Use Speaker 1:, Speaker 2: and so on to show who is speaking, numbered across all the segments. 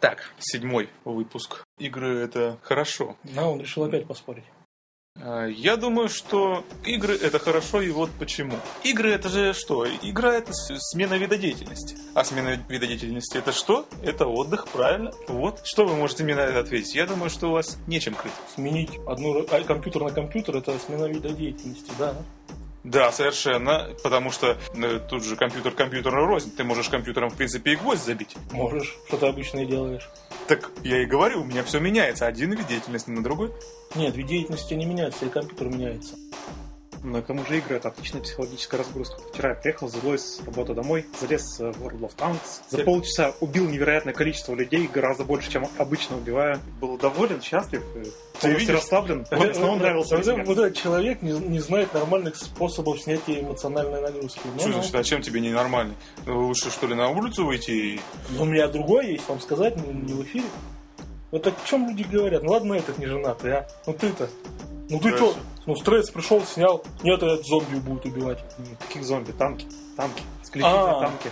Speaker 1: Так, седьмой выпуск. Игры — это хорошо.
Speaker 2: Да, он решил опять поспорить.
Speaker 1: Э, Я думаю, что игры это хорошо, и вот почему. Игры это же что? Игра это с- смена вида деятельности. А смена вида деятельности это что? Это отдых, правильно? Вот. Что вы можете мне на это ответить? Я думаю, что у вас нечем крыть.
Speaker 2: Сменить одну ра- а, компьютер на компьютер это смена вида деятельности, да.
Speaker 1: Да, совершенно, потому что э, тут же компьютер компьютерную рознь. Ты можешь компьютером, в принципе, и гвоздь забить.
Speaker 2: Можешь, что ты обычно и делаешь.
Speaker 1: Так я и говорю, у меня все меняется. Один вид деятельности на другой.
Speaker 2: Нет, вид деятельности не меняется, и компьютер меняется.
Speaker 3: Ну и к тому же игры это отличная психологическая разгрузка. Вчера я приехал злой с работы домой, залез э, в World of Tanks. За
Speaker 1: Серьёзно?
Speaker 3: полчаса убил невероятное количество людей, гораздо больше, чем обычно убиваю. Был доволен, счастлив, э,
Speaker 1: видишь?
Speaker 3: полностью расслаблен. Вот снова нравился.
Speaker 2: Вот,
Speaker 3: весь мир.
Speaker 2: Э, вот этот человек не, не знает нормальных способов снятия эмоциональной нагрузки. Ну,
Speaker 1: Что
Speaker 2: ну.
Speaker 1: значит, а чем тебе ненормальный? Лучше, что ли, на улицу выйти и
Speaker 2: Но ну, у меня другое есть вам сказать, не, не в эфире. Вот о чем люди говорят? Ну ладно, этот не женатый, а? Ну ты-то. Ну ты
Speaker 1: Дальше.
Speaker 2: что? Ну стресс пришел, снял. Нет, этот зомби будет убивать.
Speaker 3: М, Каких зомби? Танки. Танки. Исключительно
Speaker 2: А.
Speaker 3: танки.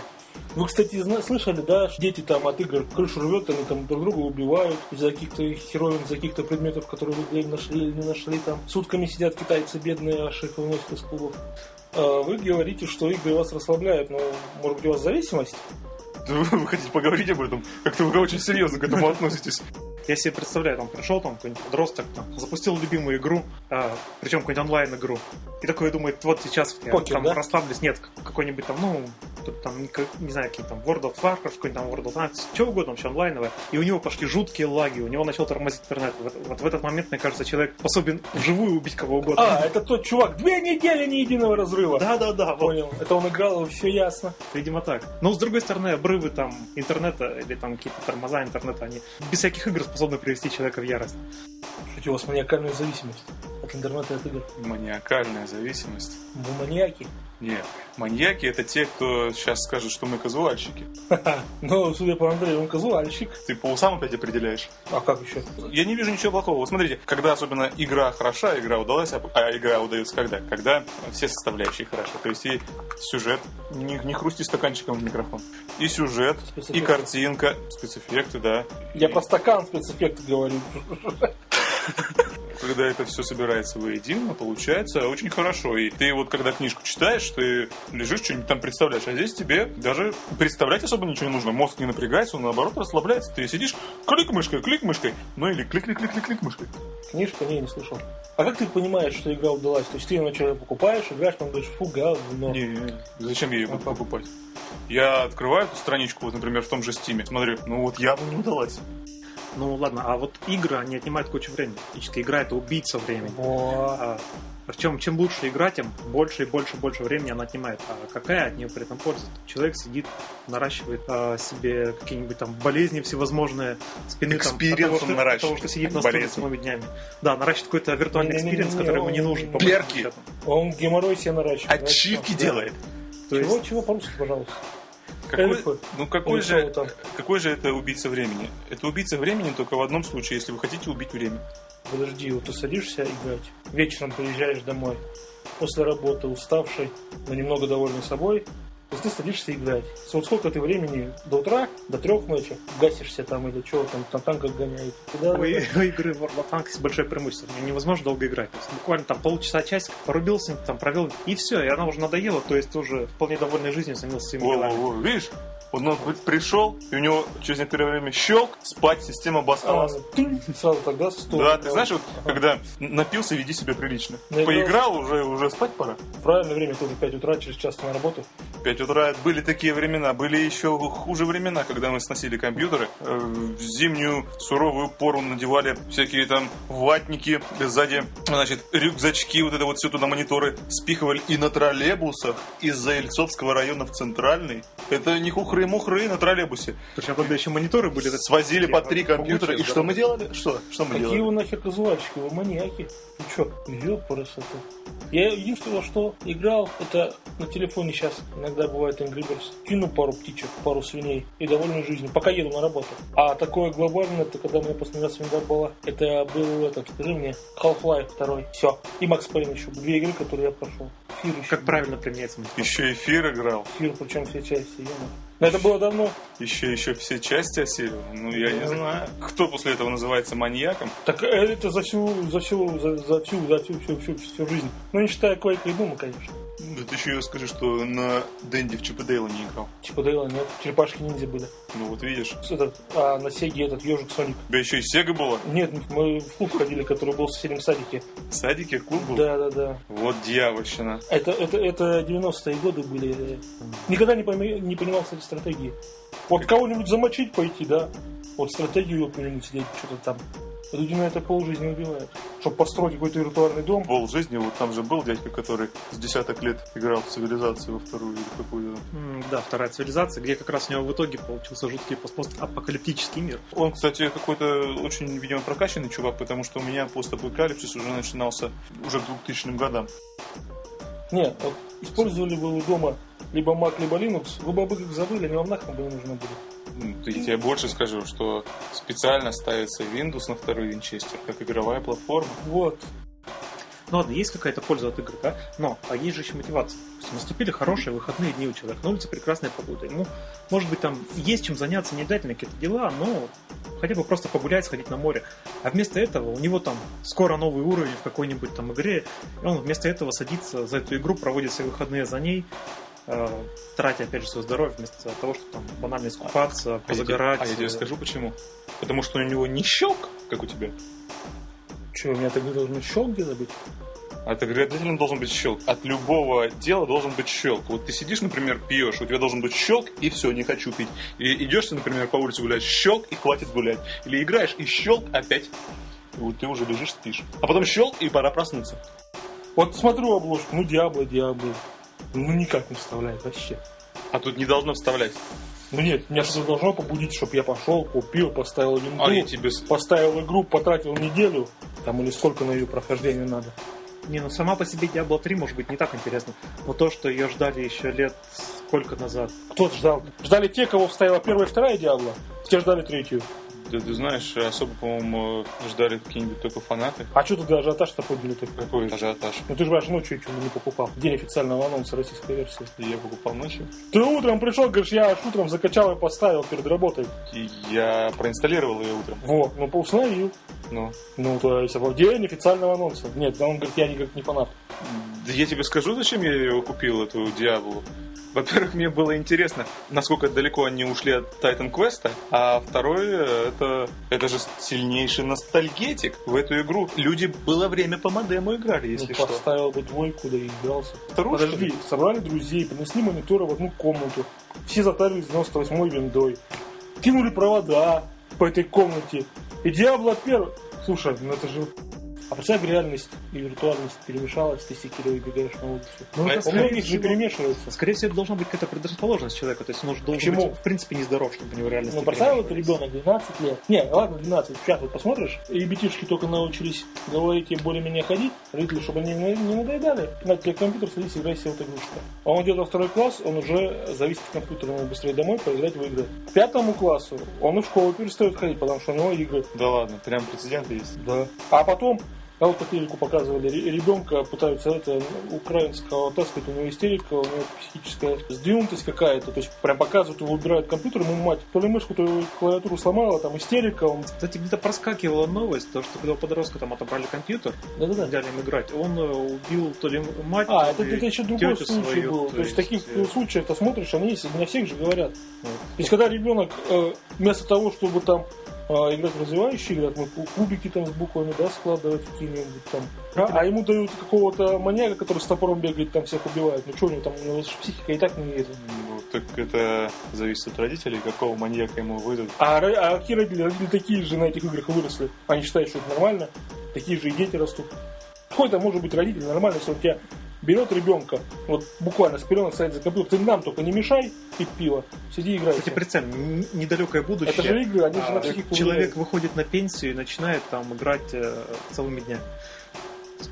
Speaker 2: Вы, кстати, зна- слышали, да, что дети там от игр крышу рвет, они там друг друга убивают из-за каких-то их херовин, из-за каких-то предметов, которые в игре нашли или не нашли, там сутками сидят китайцы бедные, аж их выносят из клубов. А Вы говорите, что игры вас расслабляют, но, может быть, у вас зависимость?
Speaker 1: Да Вы вы хотите поговорить об этом? Как-то Ну, вы очень серьезно к этому относитесь.
Speaker 3: Я себе представляю, там пришел там какой-нибудь подросток, там, запустил любимую игру, причем какую-нибудь онлайн-игру. И такой думает, вот сейчас я
Speaker 2: Покер,
Speaker 3: там
Speaker 2: да?
Speaker 3: расслаблюсь, нет, к- какой-нибудь там, ну, тут там, как- не знаю, какие там World of Warcraft, какой-нибудь там World of Tanks, что угодно, вообще онлайновое. И у него пошли жуткие лаги, у него начал тормозить интернет. Вот, вот в этот момент, мне кажется, человек способен вживую убить кого угодно.
Speaker 2: А, это тот чувак, две недели ни единого разрыва.
Speaker 3: Да-да-да, вот,
Speaker 2: Понял, это он играл, все ясно.
Speaker 3: видимо так. Но с другой стороны, обрывы там интернета или там какие-то тормоза интернета, они без всяких игр способны привести человека в ярость.
Speaker 2: Что у вас маниакальная зависимость от интернета и от игр?
Speaker 1: Маниакальная зависимость.
Speaker 2: Вы маньяки.
Speaker 1: Нет, маньяки это те, кто сейчас скажет, что мы казуальщики.
Speaker 2: Ха-ха. Ну, судя по Андрею, он казуальщик.
Speaker 1: Ты по усам опять определяешь.
Speaker 2: А как еще?
Speaker 1: Я не вижу ничего плохого. Вот смотрите, когда особенно игра хороша, игра удалась, а- а игра удается когда? Когда все составляющие хороши. То есть и сюжет, не, не хрусти стаканчиком в микрофон. И сюжет, и
Speaker 2: Спецэффекты.
Speaker 1: картинка, спецэффекты, да.
Speaker 2: Я
Speaker 1: И-
Speaker 2: про стакан спецэффекта говорю.
Speaker 1: когда это все собирается воедино, получается очень хорошо. И ты вот когда книжку читаешь, ты лежишь, что-нибудь там представляешь, а здесь тебе даже представлять особо ничего не нужно. Мозг не напрягается, он наоборот расслабляется. Ты сидишь, клик мышкой, клик мышкой, ну или клик-клик-клик-клик мышкой.
Speaker 2: Книжка? Не, не слышал. А как ты понимаешь, что игра удалась? То есть ты ее вначале покупаешь, играешь, потом говоришь, фу, говно.
Speaker 1: Не, зачем я ее буду покупать? Я открываю эту страничку, вот, например, в том же Стиме, смотрю, ну вот явно не удалась.
Speaker 3: Ну ладно, а вот игры, они отнимают кучу времени. Фактически игра это убийца времени.
Speaker 2: Во.
Speaker 3: А, причем чем лучше игра, тем больше и больше и больше времени она отнимает. А какая от нее при этом польза? Человек сидит, наращивает а, себе какие-нибудь там болезни всевозможные, спины там, от
Speaker 1: Экспириенс
Speaker 3: того,
Speaker 1: он
Speaker 3: что, от
Speaker 1: наращивает,
Speaker 3: того, что сидит
Speaker 1: а
Speaker 3: на
Speaker 1: не
Speaker 3: стуле
Speaker 1: болезнь.
Speaker 3: целыми днями. Да, наращивает какой-то виртуальный
Speaker 2: Не-не-не-не,
Speaker 3: экспириенс, который ему не
Speaker 2: он-
Speaker 3: нужен. по
Speaker 1: Перки.
Speaker 3: большому счету.
Speaker 2: Он геморрой себе наращивает. знаешь,
Speaker 1: Отчитки
Speaker 2: что?
Speaker 1: делает.
Speaker 3: То
Speaker 2: Чего,
Speaker 3: есть,
Speaker 2: чего по-русски, пожалуйста? Эльфы.
Speaker 1: Какой, ну какой
Speaker 2: Или
Speaker 1: же,
Speaker 2: кого там.
Speaker 1: какой же это убийца времени? Это убийца времени только в одном случае, если вы хотите убить время.
Speaker 2: Подожди, вот ты садишься играть, вечером приезжаешь домой, после работы уставший, но немного довольный собой, то есть ты садишься играть. С- Вот сколько ты времени до утра, до трех ночи, гасишься там или чего там, на танках гоняете. Куда
Speaker 3: у, и- у игры World of Tanks есть большое преимущество. В нее невозможно долго играть. То есть буквально там полчаса, часик, порубился, там провел, и все, и она уже надоела, то есть ты уже вполне довольной жизнью занялся своими делами.
Speaker 1: Во-во-во, видишь? Он ну, вот пришел, и у него через некоторое время щелк, спать, система
Speaker 2: А, ну,
Speaker 1: обосновалась.
Speaker 2: тынь, сразу тогда сто.
Speaker 1: Да, ты знаешь, вот когда напился, веди себя прилично.
Speaker 2: Наигрался.
Speaker 1: Поиграл, уже, уже спать пора.
Speaker 2: Правильное время тоже 5 утра, через час ты на работу.
Speaker 1: 5 утра были такие времена, были еще хуже времена, когда мы сносили компьютеры. Э, В зимнюю суровую пору надевали всякие там ватники, сзади, значит, рюкзачки, вот это вот все туда мониторы спихивали и на троллейбусах из-за Ильцовского района в Центральный. Это не хухры-мухры на троллейбусе.
Speaker 3: Причем, когда еще мониторы были, это
Speaker 1: Свозили
Speaker 3: Я
Speaker 1: по три
Speaker 3: могу
Speaker 1: компьютера. И
Speaker 3: через
Speaker 1: что мы
Speaker 3: дорогу.
Speaker 1: делали? Что? Что мы
Speaker 2: Какие
Speaker 1: делали?
Speaker 2: вы нахер казуальщики, вы маньяки. Ну чё, ёпарасоты. Я единственное, во что играл, это на телефоне сейчас иногда бывает Angry Birds. Кину пару птичек, пару свиней и довольную жизнью, пока еду на работу. А такое глобальное, это когда мне последний раз свинья была, это был этот, скажи мне, Half-Life 2, все. И Max Payne еще, две игры, которые я прошел. Фир еще.
Speaker 3: Как правильно применяется мультиплеер?
Speaker 1: Еще эфир играл.
Speaker 2: Фир, причем все части, ё-моё. Но это было давно.
Speaker 1: Еще, еще все части осели. Ну, я не знаю. Кто после этого называется маньяком?
Speaker 2: Так э, это за всю, за всю, за, за всю, за всю, всю, всю, всю жизнь. Ну, не считая Квейка и Дума, конечно.
Speaker 1: Да ты еще скажи, что на Дэнди в Чип и Дейла не играл.
Speaker 2: Типа Дейла нет, черепашки ниндзя были.
Speaker 1: Ну вот видишь.
Speaker 2: С Этот, а на Сеге этот ежик Соник.
Speaker 1: У тебя еще и Сега была.
Speaker 2: Нет, мы в клуб ходили, который был в соседнем садике.
Speaker 1: В садике клуб был.
Speaker 2: Да, да, да.
Speaker 1: Вот дьявольщина.
Speaker 2: Это, это, это 90-е годы были. Никогда не, пойми- не понимал, кстати, стратегии. Вот кого-нибудь замочить пойти, да? Вот стратегию какую-нибудь сидеть, что-то там. Люди на это полжизни убивают. Чтобы построить какой-то виртуальный дом.
Speaker 1: Пол жизни, вот там же был дядька, который с десяток лет играл в цивилизацию во вторую или какую
Speaker 3: М, Да, вторая цивилизация, где как раз у него в итоге получился жуткий постапокалиптический мир.
Speaker 1: Он, кстати, какой-то очень, видимо, прокачанный чувак, потому что у меня постапокалипсис уже начинался уже к 2000 годам.
Speaker 2: Нет, вот использовали бы вы дома либо Mac, либо Linux, вы бы об их забыли, они вам нахрен бы не нужны были.
Speaker 1: Ну, Я тебе больше скажу, что специально ставится Windows на второй винчестер, как игровая платформа.
Speaker 2: Вот.
Speaker 3: Ну ладно, есть какая-то польза от игры, да? Но, а есть же еще мотивация. То есть наступили хорошие выходные дни у человека, на улице прекрасная погода. Ему, может быть, там есть чем заняться, не обязательно какие-то дела, но хотя бы просто погулять, сходить на море. А вместо этого у него там скоро новый уровень в какой-нибудь там игре, и он вместо этого садится за эту игру, проводит все выходные за ней, э, тратя, опять же, свое здоровье, вместо того, чтобы там банально искупаться,
Speaker 1: А я тебе-
Speaker 3: позагорать.
Speaker 1: А я тебе скажу почему. Потому что у него не щелк, как у тебя.
Speaker 2: Че, у меня тогда должен щелк где-то быть?
Speaker 1: От игры а обязательно должен быть щелк. От любого дела должен быть щелк. Вот ты сидишь, например, пьешь, у тебя должен быть щелк, и все, не хочу пить. И идешь ты, например, по улице гулять, щелк, и хватит гулять. Или играешь, и щелк опять. И вот ты уже лежишь, спишь. А потом щелк, и пора проснуться.
Speaker 2: Вот смотрю обложку, ну Диабло, Диабло. Ну никак не вставляет вообще.
Speaker 1: А тут не должно вставлять.
Speaker 2: Ну нет, меня что-то должно побудить, чтобы я пошел, купил, поставил винду,
Speaker 1: А я тебе... с-
Speaker 2: поставил игру, потратил неделю, там или сколько на ее прохождение надо.
Speaker 3: Не, ну сама по себе Diablo 3 может быть не так интересно, но то, что ее ждали еще лет сколько назад,
Speaker 2: Кто ждал? Ждали те, кого вставила первая и вторая Диабло, те ждали третью.
Speaker 1: Да ты знаешь, особо, по-моему, ждали какие-нибудь только фанаты.
Speaker 2: А что тогда ажиотаж-то подняли так?
Speaker 1: Какой ажиотаж.
Speaker 2: Ну ты же понимаешь, ночью чего не покупал. в День официального анонса российской версии.
Speaker 1: Я покупал ночью.
Speaker 2: Ты утром пришел, говоришь, я аж утром закачал и поставил перед работой.
Speaker 1: И я проинсталлировал ее утром.
Speaker 2: Во, ну поустановил.
Speaker 1: Ну,
Speaker 2: Ну, то есть, в день официального анонса. Нет, да он говорит, я никак не фанат.
Speaker 1: Да я тебе скажу, зачем я его купил, эту Диаблу. Во-первых, мне было интересно, насколько далеко они ушли от Titan Quest, а второе, это, это же сильнейший ностальгетик. В эту игру люди было время по модему играли, если
Speaker 2: ну,
Speaker 1: что.
Speaker 2: поставил бы двойку, да и игрался.
Speaker 1: Вторую, что
Speaker 2: Подожди,
Speaker 1: ли?
Speaker 2: собрали друзей, принесли мониторы в одну комнату. Все затарились 98-й виндой. Кинули провода по этой комнате. И Диабло первый. Слушай, ну это же... А представь, реальность и виртуальность перемешалась, ты секирой бегаешь на улицу.
Speaker 1: А
Speaker 3: Ну, это,
Speaker 1: это
Speaker 2: У
Speaker 3: скорее,
Speaker 2: многих же
Speaker 3: всего,
Speaker 2: перемешивается.
Speaker 3: скорее всего, это должна быть какая-то предрасположенность человека. То есть он уже должен
Speaker 2: Почему?
Speaker 3: быть, в принципе, нездоров, чтобы у него реально
Speaker 2: Ну, представил вот ребенок 12 лет. Не, ладно, 12. Сейчас вот посмотришь, ребятишки только научились говорить и более-менее ходить. Родители, чтобы они не не надоедали, на тебе компьютер, садись, играй себе вот игрушка. А он идет во второй класс, он уже зависит от компьютера, ему быстрее домой поиграть в игры. К пятому классу он и в школу перестает ходить, потому что у него игры.
Speaker 1: Да ладно, прям прецеденты есть.
Speaker 2: Да. А потом а вот по телеку показывали, ре- ребенка пытаются это украинского таскать, у него истерика, у него психическая сдвинутость какая-то, то есть прям показывают, его убирают компьютер, ему мать то ли мышку, то ли клавиатуру сломала, там истерика, он...
Speaker 3: Кстати, где-то проскакивала новость, то, что когда у подростка там отобрали компьютер,
Speaker 2: Да-да-да.
Speaker 3: дали им играть, он э, убил то ли мать,
Speaker 2: А,
Speaker 3: то
Speaker 2: это,
Speaker 3: ли
Speaker 2: это еще другой
Speaker 3: тетю
Speaker 2: случай
Speaker 3: свою,
Speaker 2: был. То, есть, Ну. таких
Speaker 3: э,
Speaker 2: случаев ты смотришь, они есть, не о всех же говорят.
Speaker 3: вот.
Speaker 2: То есть когда ребенок э, вместо того, чтобы там э, играть в развивающие игры, мы ку- кубики там с буквами, да, складывать какие-нибудь там. А, а ему дают какого-то маньяка, который с топором бегает, там всех убивает. Ну что у него там, у него же психика и так не едет.
Speaker 1: Ну, так это зависит от родителей, какого маньяка ему выдадут.
Speaker 2: А, ро- а какие родители? Родители такие же на этих играх и выросли. Они считают, что это нормально. Такие же и дети растут. Какой там может быть родитель нормально, если он тебя берет ребенка, вот буквально с пеленок садит за компьютер, ты нам только не мешай пить пиво, сиди и играй.
Speaker 3: Кстати, представь, н- недалекое будущее.
Speaker 2: Это же игры, они же
Speaker 3: а,
Speaker 2: на психику
Speaker 3: человек
Speaker 2: влияют.
Speaker 3: выходит на пенсию и начинает там играть э, целыми днями.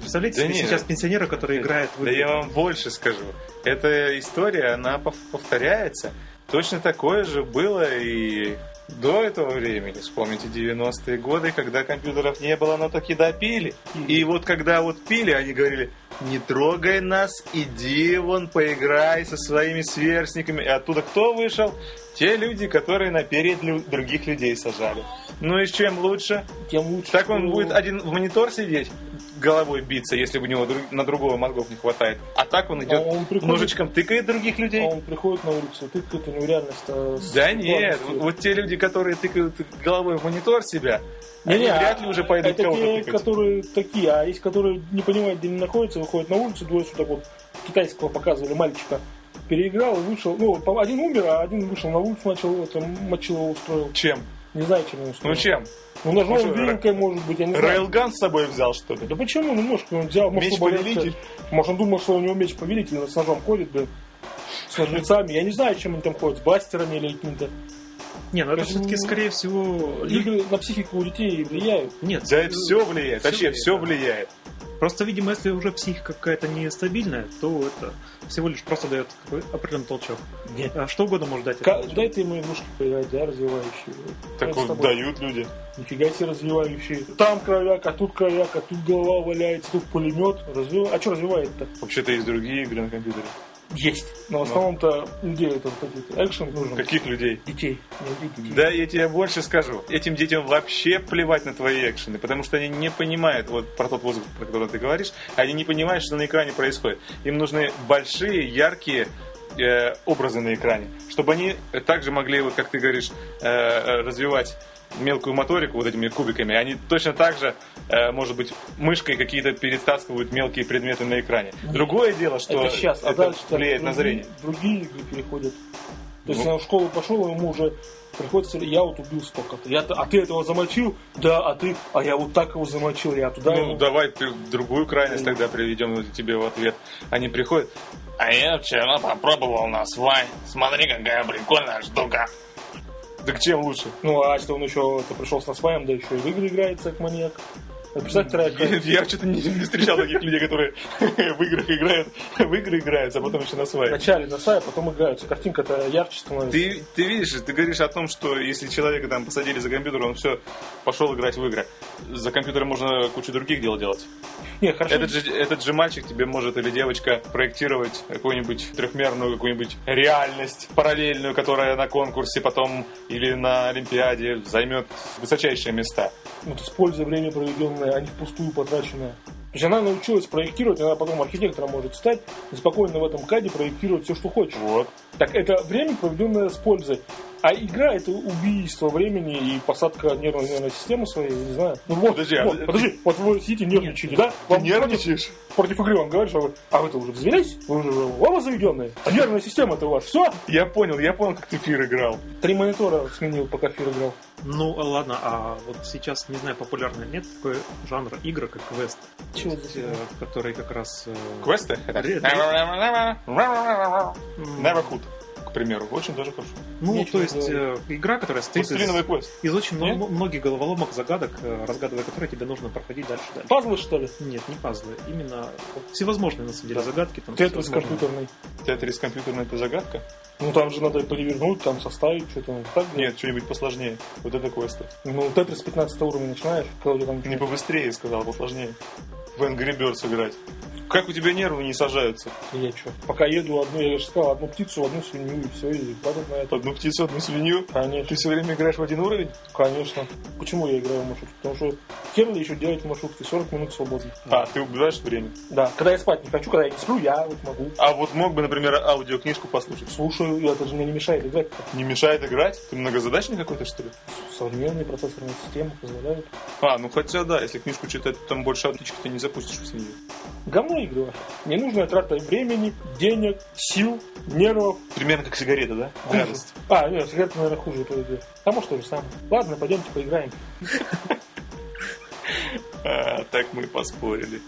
Speaker 3: Представляете
Speaker 1: Да
Speaker 3: себе
Speaker 1: нет.
Speaker 3: сейчас пенсионера, который играет в
Speaker 1: Да
Speaker 3: игры?
Speaker 1: я вам больше скажу. Эта история, она пов- повторяется. Точно такое же было и до этого времени. Вспомните 90-е годы, когда компьютеров не было, но таки допили. И вот когда вот пили, они говорили, не трогай нас, иди вон, поиграй со своими сверстниками. И оттуда кто вышел? Те люди, которые наперед лю- других людей сажали. Ну и с чем лучше?
Speaker 2: Тем лучше.
Speaker 1: Так он
Speaker 2: что-
Speaker 1: будет один в монитор сидеть, головой биться, если у него друг- на другого мозгов не хватает. А так он
Speaker 2: А
Speaker 1: идет,
Speaker 2: он приходит-
Speaker 1: ножичком тыкает других людей.
Speaker 2: А он приходит на улицу, и тыкает у него реальность. э, с
Speaker 1: Да нет, вот,
Speaker 2: главностью.
Speaker 1: вот те люди, которые тыкают головой в монитор себя,
Speaker 2: Не,
Speaker 1: они
Speaker 2: не, а-
Speaker 1: вряд ли уже
Speaker 2: а
Speaker 1: пойдут
Speaker 2: это
Speaker 1: кого-то
Speaker 2: те,
Speaker 1: тыкать.
Speaker 2: которые такие, а есть, которые не понимают, где они находятся, выходят на улицу, двое суток вот китайского показывали мальчика, переиграл и вышел. Ну, по- один умер, а один вышел на улицу, начал это, мочил его устроил.
Speaker 1: Чем?
Speaker 2: Не знаю, чем он устроил.
Speaker 1: Ну чем?
Speaker 2: Ну, ножом,
Speaker 1: Может,
Speaker 2: вилкой, может быть, я не знаю.
Speaker 1: Рейлган с собой взял, что ли?
Speaker 2: Да почему? Ну, может, он взял, может,
Speaker 1: Меч
Speaker 2: он боялся.
Speaker 1: повелитель?
Speaker 2: Может, он думал, что у него меч повелитель, он с ножом ходит, да, с ножницами. Я не знаю, чем они там ходят, с бастерами или каким-то.
Speaker 3: Не, ну это
Speaker 2: Почему?
Speaker 3: все-таки, скорее всего, люди...
Speaker 2: Игры на психику у детей влияют.
Speaker 3: Нет,
Speaker 1: Да это все влияет,
Speaker 3: всё
Speaker 1: вообще все влияет.
Speaker 3: Просто, видимо, если уже психика какая-то нестабильная, то это всего лишь просто дает какой-то определенный толчок.
Speaker 2: Нет.
Speaker 3: А Что угодно может дать. этот
Speaker 2: Ка-
Speaker 3: толчок.
Speaker 2: Дай ты ему игрушки поиграть, да, развивающие.
Speaker 1: Так
Speaker 2: Я с
Speaker 1: вот
Speaker 2: тобой.
Speaker 1: дают люди.
Speaker 2: Нифига себе развивающие. Там кровяк, а тут кровяк, а тут голова валяется, тут пулемет. Разви... А что развивает-то?
Speaker 1: Вообще-то есть другие игры на компьютере.
Speaker 2: Есть. Но в
Speaker 1: Ну.
Speaker 2: основном-то где это вот этот экшен нужен?
Speaker 1: Каких людей?
Speaker 2: Детей. Не убить детей.
Speaker 1: Да, я тебе больше скажу. Этим детям вообще плевать на твои экшены, потому что они не понимают, вот про тот воздух, про который ты говоришь, они не понимают, что на экране происходит. Им нужны большие, яркие э, образы на экране, чтобы они также могли, вот как ты говоришь, э, э, развивать мелкую моторику вот этими кубиками. Они точно так же, э, может быть, мышкой какие-то перетаскивают мелкие предметы на экране. Другое дело, что
Speaker 2: это сейчас, а
Speaker 1: это
Speaker 2: дальше
Speaker 1: влияет на зрение.
Speaker 2: другие игры переходят. То есть
Speaker 1: Ну.
Speaker 2: он в школу пошел, а ему уже приходится, я вот убил столько-то. Я, а ты этого замочил? Да, а ты, а я вот так его замочил, я туда.
Speaker 1: Ну,
Speaker 2: его-
Speaker 1: давай ты другую крайность тогда приведем ну, тебе в ответ. Они приходят. А я вчера попробовал на свай. Смотри, какая прикольная штука. Так чем лучше?
Speaker 2: Ну, а что он еще это, пришел со сваем, да еще и в игры играется, как маньяк. Вот Представь, вторая крайность.
Speaker 1: Я что-то не, не встречал таких людей, которые в играх играют, в игры играют, а потом еще на свай.
Speaker 2: Вначале на свае, потом играются. Картинка-то ярче становится.
Speaker 1: Ты, ты видишь, ты говоришь о том, что если человека там посадили за компьютер, он все, пошел играть в игры. За компьютером можно кучу других дел делать.
Speaker 2: Не, хорошо.
Speaker 1: Этот же, этот же мальчик тебе может или девочка проектировать какую-нибудь трехмерную, какую-нибудь реальность параллельную, которая на конкурсе потом или на Олимпиаде займет высочайшие места.
Speaker 2: Вот используя время проведенное, а не впустую потраченное. То есть она научилась проектировать, она потом архитектором может стать, и спокойно в этом каде проектировать все, что хочет.
Speaker 1: Вот.
Speaker 2: Так это время, проведенное с пользой. А игра это убийство времени и посадка нервной, нервной системы своей, я не знаю. Ну вот,
Speaker 1: Подожди, а
Speaker 2: вот,
Speaker 1: ты-
Speaker 2: подожди, вот вы сидите нервничаете, да?
Speaker 1: Ты
Speaker 2: Вам
Speaker 1: нервничаешь?
Speaker 2: Против, против игры вам говорят, что вы, а вы-то уже взвелись, вы уже оба заведенные. А нервная система это у вас, все?
Speaker 1: Я понял, я понял, как ты фир играл.
Speaker 2: Три монитора сменил, пока Фир играл.
Speaker 3: Ну, а ладно, а вот сейчас, не знаю, популярно нет такой жанр игр, как квест,
Speaker 2: Чего
Speaker 3: есть, э, который как раз... э,
Speaker 1: Квесты?
Speaker 3: Ре-
Speaker 1: Neverhood,
Speaker 3: м,
Speaker 1: к примеру. Очень даже хорошо.
Speaker 3: Ну,
Speaker 2: Нечего
Speaker 3: то есть, э, игра, которая состоит
Speaker 1: Пластилиновый
Speaker 3: из,
Speaker 1: квест.
Speaker 3: из очень мно-
Speaker 1: Нет?
Speaker 3: многих головоломок, загадок, э, разгадывая которые тебе нужно проходить дальше. дальше.
Speaker 2: Пазлы, что ли?
Speaker 3: Нет, не пазлы, именно всевозможные, на самом деле, загадки. Там,
Speaker 2: Тетрис
Speaker 3: всевозможные.
Speaker 2: компьютерный.
Speaker 1: Тетрис компьютерная это загадка?
Speaker 2: Ну там же надо перевернуть, там составить, что-то ну, так
Speaker 1: Нет, что-нибудь посложнее. Вот это квесты.
Speaker 2: Ну, Тетрис 15 уровня начинаешь, когда у тебя там
Speaker 1: Не побыстрее, сказал, посложнее. В Angry Birds играть. Как у тебя нервы не сажаются?
Speaker 2: я что? Пока еду одну, я же сказал, одну птицу, одну свинью, и все, и падать на это.
Speaker 1: Одну птицу, одну свинью.
Speaker 2: Конечно,
Speaker 1: Ты все время играешь в один уровень?
Speaker 2: конечно. Почему я играю в маршрутку? Потому что Керли еще делает маршрутки 40 минут свободно.
Speaker 1: А, ты убиваешь время.
Speaker 2: Да, когда я спать не хочу, когда я не сплю, я вот могу.
Speaker 1: А вот мог бы, например, аудиокнижку послушать.
Speaker 2: Слушаю, и это же мне не мешает играть.
Speaker 1: Не мешает играть? Ты многозадачный какой-то, что ли?
Speaker 2: Современные процессорные системы позволяют.
Speaker 1: А, ну хотя да, если книжку читать, то там больше отлички ты не запустишь в свинью.
Speaker 2: Говно игры ваши. Ненужная трата времени, денег, сил, нервов.
Speaker 1: Примерно как сигарета, да?
Speaker 2: Хуже.
Speaker 1: Гадость.
Speaker 2: А, нет, сигареты, наверное, хуже то идет. А может, то же самое. Ладно, пойдемте поиграем.
Speaker 1: А, так мы и поспорили.